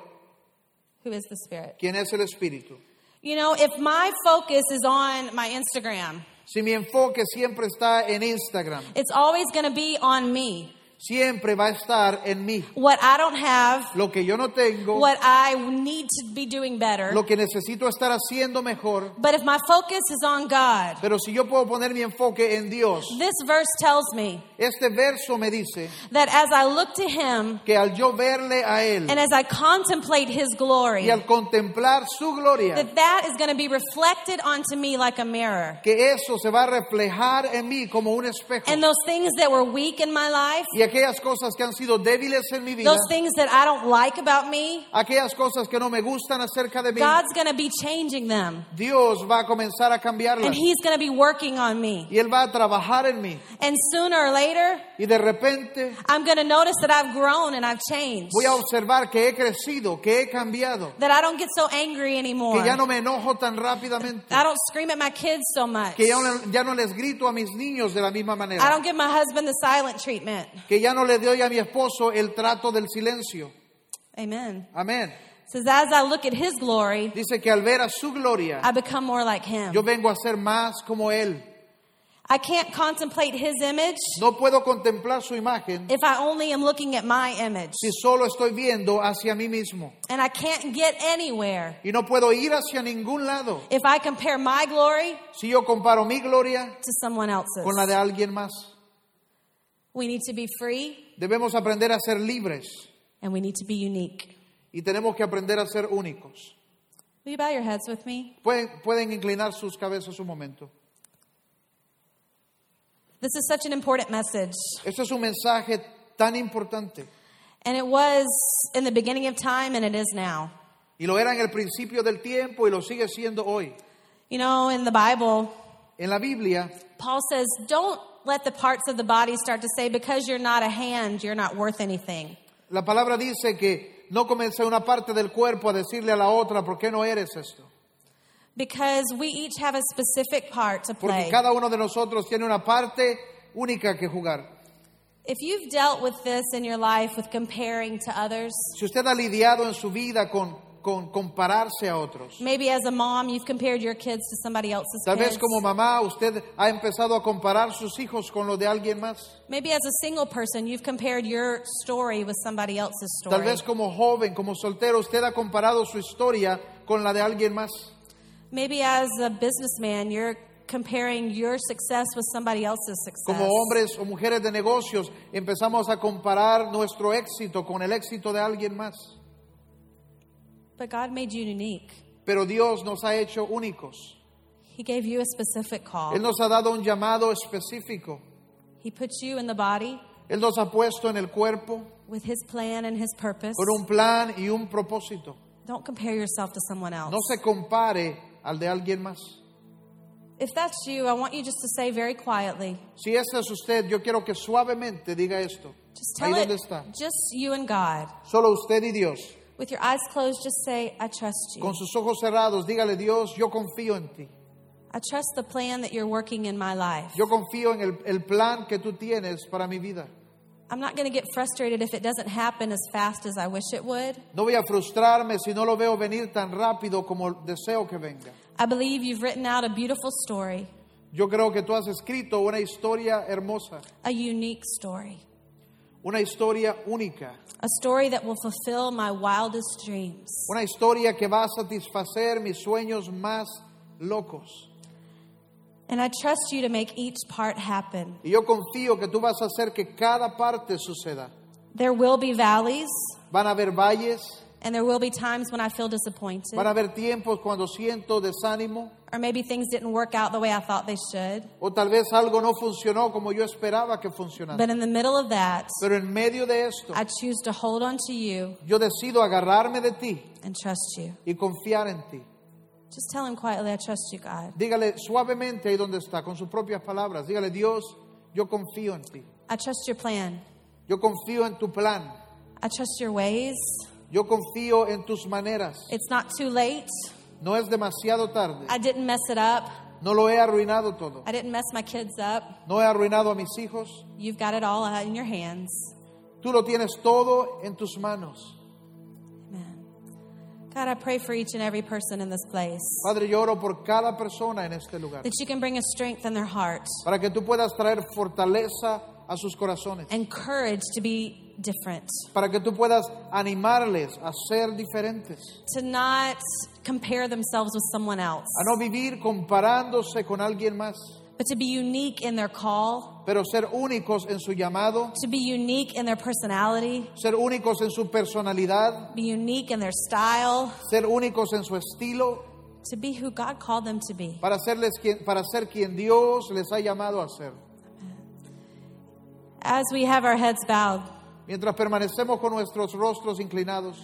Speaker 2: Who is the Spirit?
Speaker 1: quien es el Espíritu.
Speaker 2: You know, if my focus is on my Instagram,
Speaker 1: Si mi enfoque siempre está en Instagram,
Speaker 2: it's always going to be on me.
Speaker 1: siempre va a estar en mí.
Speaker 2: What I don't have,
Speaker 1: Lo que yo no tengo,
Speaker 2: what I need to be doing better.
Speaker 1: lo que necesito estar haciendo mejor.
Speaker 2: But if my focus is on God,
Speaker 1: Pero si yo puedo poner mi enfoque en Dios,
Speaker 2: this verse tells me
Speaker 1: este verso me dice
Speaker 2: that as I look to Him
Speaker 1: que al yo verle a Él
Speaker 2: and as I contemplate His glory,
Speaker 1: y al contemplar su gloria,
Speaker 2: that that is going to be reflected onto me like a mirror.
Speaker 1: que eso se va a reflejar en mí como un espejo.
Speaker 2: And those things that were weak in my life,
Speaker 1: Y aquellas cosas que han sido débiles en mi vida,
Speaker 2: those things that I don't like about me,
Speaker 1: aquellas cosas que no me gustan acerca de mí,
Speaker 2: God's going to be changing them.
Speaker 1: Dios va a comenzar a cambiarlas.
Speaker 2: And He's going to be working on me.
Speaker 1: Y Él va a trabajar en mí.
Speaker 2: And sooner or later,
Speaker 1: Y de repente
Speaker 2: I'm going to notice that I've grown and I've changed.
Speaker 1: voy a observar que he crecido, que he cambiado,
Speaker 2: That I don't get so angry anymore.
Speaker 1: que ya no me enojo tan rápidamente,
Speaker 2: I don't scream at my kids so much.
Speaker 1: que ya no, ya no les grito a mis niños de la misma
Speaker 2: I
Speaker 1: manera,
Speaker 2: don't give my husband the silent treatment.
Speaker 1: que ya no le doy a mi esposo el trato del silencio.
Speaker 2: Amen.
Speaker 1: Amén.
Speaker 2: It says, as I look at his glory,
Speaker 1: Dice que al ver a su gloria,
Speaker 2: I become more like him.
Speaker 1: yo vengo a ser más como Él.
Speaker 2: I can't contemplate his image
Speaker 1: No puedo contemplar su imagen
Speaker 2: if I only am looking at my image.
Speaker 1: si solo estoy viendo hacia mí mismo.
Speaker 2: And I can't get anywhere
Speaker 1: Y no puedo ir hacia ningún lado
Speaker 2: if I compare my glory
Speaker 1: si yo comparo mi gloria
Speaker 2: to someone else's.
Speaker 1: con la de alguien más.
Speaker 2: We need to be free
Speaker 1: Debemos aprender a ser libres
Speaker 2: and we need to be unique.
Speaker 1: y tenemos que aprender a ser únicos.
Speaker 2: Will you bow your heads with me?
Speaker 1: Pueden, pueden inclinar sus cabezas un momento.
Speaker 2: This is such an important message.
Speaker 1: Este es un mensaje tan importante
Speaker 2: And it was in the beginning of time and it is now.
Speaker 1: y lo era en el principio del tiempo y lo sigue siendo hoy.
Speaker 2: You know, in the Bible,
Speaker 1: En la Biblia,
Speaker 2: Paul says, don't let the parts of the body start to say, because you're not a hand, you're not worth anything.
Speaker 1: la palabra dice que no comencé una parte del cuerpo a decirle a la otra, ¿por qué no eres esto?
Speaker 2: Because we each have a specific part to
Speaker 1: Porque
Speaker 2: play.
Speaker 1: cada uno de nosotros tiene una parte única que jugar.
Speaker 2: If you've dealt with this in your life, with comparing to others,
Speaker 1: Si usted ha lidiado en su vida con, con compararse a otros,
Speaker 2: maybe as a mom, you've compared your kids to somebody else's
Speaker 1: tal
Speaker 2: kids.
Speaker 1: vez como mamá usted ha empezado a comparar sus hijos con los de alguien más,
Speaker 2: Maybe as a single person, you've compared your story with somebody else's
Speaker 1: tal
Speaker 2: story.
Speaker 1: vez como joven, como soltero, usted ha comparado su historia con la de alguien más,
Speaker 2: Maybe as a businessman, you're comparing your success with somebody else's
Speaker 1: como
Speaker 2: success.
Speaker 1: hombres o mujeres de negocios, empezamos a comparar nuestro éxito con el éxito de alguien más,
Speaker 2: But God made you unique.
Speaker 1: pero Dios nos ha hecho únicos,
Speaker 2: He gave you a specific call.
Speaker 1: Él nos ha dado un llamado específico,
Speaker 2: He puts you in the body
Speaker 1: Él nos ha puesto en el cuerpo
Speaker 2: with His plan and His purpose.
Speaker 1: con un plan y un propósito.
Speaker 2: Don't compare yourself to someone else.
Speaker 1: No se compare al de alguien más.
Speaker 2: If that's you, I want you just to say very quietly,
Speaker 1: Si ese es usted, yo quiero que suavemente diga esto.
Speaker 2: just
Speaker 1: Ahí
Speaker 2: tell
Speaker 1: donde
Speaker 2: it,
Speaker 1: está.
Speaker 2: just you and God.
Speaker 1: Solo usted y Dios.
Speaker 2: With your eyes closed, just say, I trust you.
Speaker 1: Con sus ojos cerrados, dígale Dios, yo confío en ti.
Speaker 2: I trust the plan that you're working in my life.
Speaker 1: Yo confío en el, el plan que tú tienes para mi vida.
Speaker 2: I'm not going to get frustrated if it doesn't happen as fast as I wish it would.
Speaker 1: No voy a frustrarme si no lo veo venir tan rápido como deseo que venga.
Speaker 2: I believe you've written out a beautiful story,
Speaker 1: Yo creo que tú has escrito una historia hermosa,
Speaker 2: a unique story,
Speaker 1: una historia única,
Speaker 2: a story that will fulfill my wildest dreams,
Speaker 1: una historia que va a satisfacer mis sueños más locos.
Speaker 2: and I trust you to make each part happen.
Speaker 1: Y yo confío que tú vas a hacer que cada parte suceda.
Speaker 2: There will be valleys,
Speaker 1: Van a haber valles,
Speaker 2: and there will be times when I feel disappointed,
Speaker 1: van a haber tiempos cuando siento desánimo
Speaker 2: or maybe things didn't work out the way I thought they should.
Speaker 1: o tal vez algo no funcionó como yo esperaba que funcionara.
Speaker 2: But in the middle of that,
Speaker 1: Pero en medio de esto,
Speaker 2: I choose to hold on to you
Speaker 1: yo decido agarrarme de ti
Speaker 2: and trust you.
Speaker 1: y confiar en ti.
Speaker 2: Just tell him quietly, I trust you, God.
Speaker 1: Dígale suavemente ahí donde está, con sus propias palabras. Dígale, Dios, yo confío en ti.
Speaker 2: I trust your plan.
Speaker 1: Yo confío en tu plan.
Speaker 2: I trust your ways.
Speaker 1: Yo confío en tus maneras.
Speaker 2: It's not too late.
Speaker 1: No es demasiado tarde.
Speaker 2: I didn't mess it up.
Speaker 1: No lo he arruinado todo.
Speaker 2: I didn't mess my kids up.
Speaker 1: No he arruinado a mis hijos.
Speaker 2: You've got it all uh, in your hands.
Speaker 1: Tú lo tienes todo en tus manos.
Speaker 2: Amen. God, I pray for each and every person in this place
Speaker 1: Padre, yo oro por cada persona en este lugar.
Speaker 2: that you can bring a strength in their heart
Speaker 1: Para que tú puedas traer fortaleza a sus corazones.
Speaker 2: and courage to be different,
Speaker 1: Para que tú puedas animarles a ser diferentes.
Speaker 2: to not compare themselves with someone else,
Speaker 1: A no vivir comparándose con alguien más.
Speaker 2: but to be unique in their call,
Speaker 1: Pero ser únicos en su llamado.
Speaker 2: to be unique in their personality,
Speaker 1: Ser únicos en su personalidad.
Speaker 2: be unique in their style,
Speaker 1: Ser únicos en su estilo.
Speaker 2: to be who God called them to be.
Speaker 1: para, serles quien, para ser quien Dios les ha llamado a ser.
Speaker 2: As we have our heads bowed,
Speaker 1: Mientras permanecemos con nuestros rostros inclinados,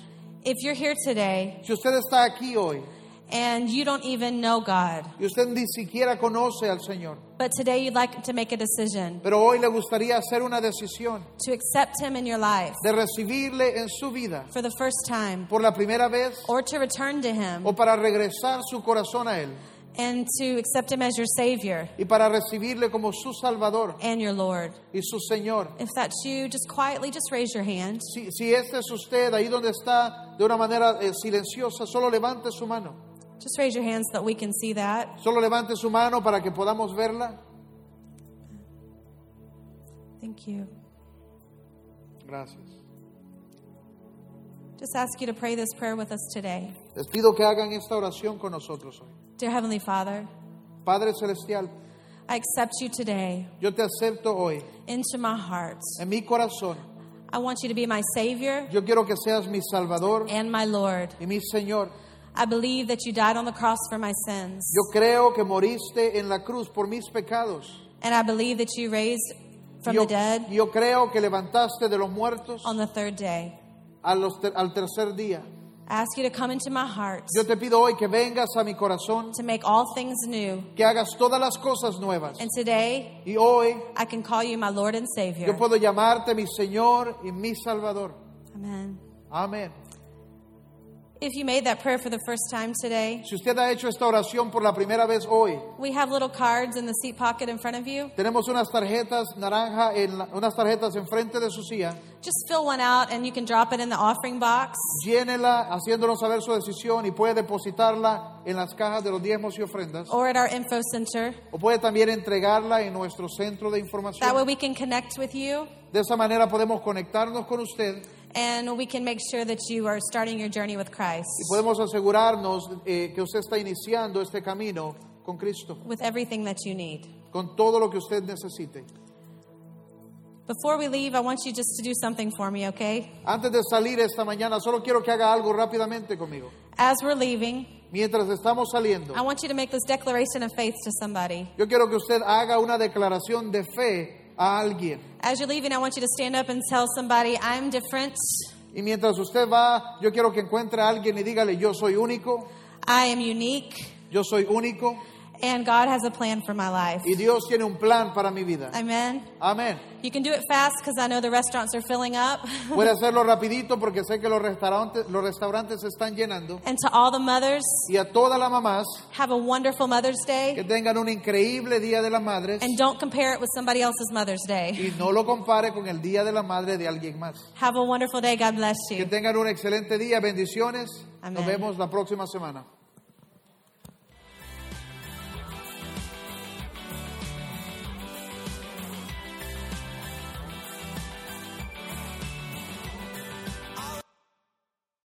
Speaker 2: if you're here today
Speaker 1: si usted está aquí hoy
Speaker 2: and you don't even know God,
Speaker 1: y usted ni siquiera conoce al Señor,
Speaker 2: But today you'd like to make a decision
Speaker 1: pero hoy le gustaría hacer una decisión
Speaker 2: to accept Him in your life
Speaker 1: de recibirle en su vida
Speaker 2: for the first time,
Speaker 1: por la primera vez
Speaker 2: or to return to Him
Speaker 1: o para regresar su corazón a Él
Speaker 2: and to accept Him as your Savior
Speaker 1: y para recibirle como su Salvador
Speaker 2: and your Lord.
Speaker 1: y su Señor.
Speaker 2: If that's you, just quietly just raise your hand.
Speaker 1: Si, si este es usted, ahí donde está, de una manera eh, silenciosa, solo levante su mano.
Speaker 2: Just raise your hand so that we can see that.
Speaker 1: Solo levante su mano para que podamos verla.
Speaker 2: Thank you.
Speaker 1: Gracias.
Speaker 2: Just ask you to pray this prayer with us today.
Speaker 1: Les pido que hagan esta oración con nosotros hoy.
Speaker 2: Dear Heavenly Father,
Speaker 1: Padre Celestial,
Speaker 2: I accept you today
Speaker 1: yo te acepto hoy
Speaker 2: into my heart.
Speaker 1: en mi corazón.
Speaker 2: I want you to be my Savior
Speaker 1: Yo quiero que seas mi Salvador
Speaker 2: and my Lord.
Speaker 1: y mi Señor.
Speaker 2: I believe that you died on the cross for my sins.
Speaker 1: Yo creo que moriste en la cruz por mis pecados.
Speaker 2: And I believe that you raised from
Speaker 1: yo,
Speaker 2: the dead
Speaker 1: yo creo que levantaste de los muertos
Speaker 2: on the third day.
Speaker 1: a los ter- al tercer día.
Speaker 2: I ask you to come into my heart,
Speaker 1: Yo te pido hoy que vengas a mi corazón,
Speaker 2: to make all things new.
Speaker 1: que hagas todas las cosas nuevas.
Speaker 2: And today,
Speaker 1: Y hoy
Speaker 2: I can call you my Lord and
Speaker 1: yo
Speaker 2: Savior.
Speaker 1: puedo llamarte mi Señor y mi Salvador.
Speaker 2: Amen.
Speaker 1: Amén.
Speaker 2: If you made that prayer for the first time today,
Speaker 1: Si usted ha hecho esta oración por la primera vez hoy,
Speaker 2: we have little cards in the seat pocket in front of you.
Speaker 1: Tenemos unas tarjetas naranja, en la- unas tarjetas enfrente de su silla.
Speaker 2: Just fill one out and you can drop it in the offering box.
Speaker 1: Llénela haciéndonos saber su decisión y puede depositarla en las cajas de los diezmos y ofrendas.
Speaker 2: Or at our info center.
Speaker 1: O puede también entregarla en nuestro centro de
Speaker 2: That way
Speaker 1: información.
Speaker 2: we can connect with you
Speaker 1: De esa manera podemos conectarnos con usted
Speaker 2: and we can make sure that you are starting your journey with Christ
Speaker 1: y podemos asegurarnos eh, que usted está iniciando este camino con Cristo,
Speaker 2: with everything that you need.
Speaker 1: con todo lo que usted necesite.
Speaker 2: Before we leave, I want you just to do something for me, okay?
Speaker 1: Antes de salir esta mañana, solo quiero que haga algo rápidamente conmigo.
Speaker 2: As we're leaving,
Speaker 1: Mientras estamos saliendo,
Speaker 2: I want you to make this declaration of faith to somebody.
Speaker 1: Yo quiero que usted haga una declaración de fe a alguien.
Speaker 2: As you're leaving, I want you to stand up and tell somebody, I'm different.
Speaker 1: Y mientras usted va, yo quiero que encuentre a alguien y dígale, yo soy único,
Speaker 2: I am unique,
Speaker 1: yo soy único
Speaker 2: and God has a plan for my life.
Speaker 1: y Dios tiene un plan para mi vida.
Speaker 2: Amen.
Speaker 1: Amén.
Speaker 2: You can do it fast because I know the restaurants are filling up.
Speaker 1: Puede hacerlo rapidito porque sé que los restaurantes, los restaurantes se están llenando.
Speaker 2: and to all the mothers,
Speaker 1: Y a todas las mamás,
Speaker 2: have a wonderful Mother's
Speaker 1: que
Speaker 2: Day.
Speaker 1: tengan un increíble Día de las Madres
Speaker 2: And don't compare it with somebody else's Mother's Day.
Speaker 1: y no lo compare con el Día de la Madre de alguien más.
Speaker 2: Have a wonderful day. God bless
Speaker 1: Que
Speaker 2: you.
Speaker 1: tengan un excelente día, bendiciones. Nos
Speaker 2: Amén.
Speaker 1: vemos la próxima semana.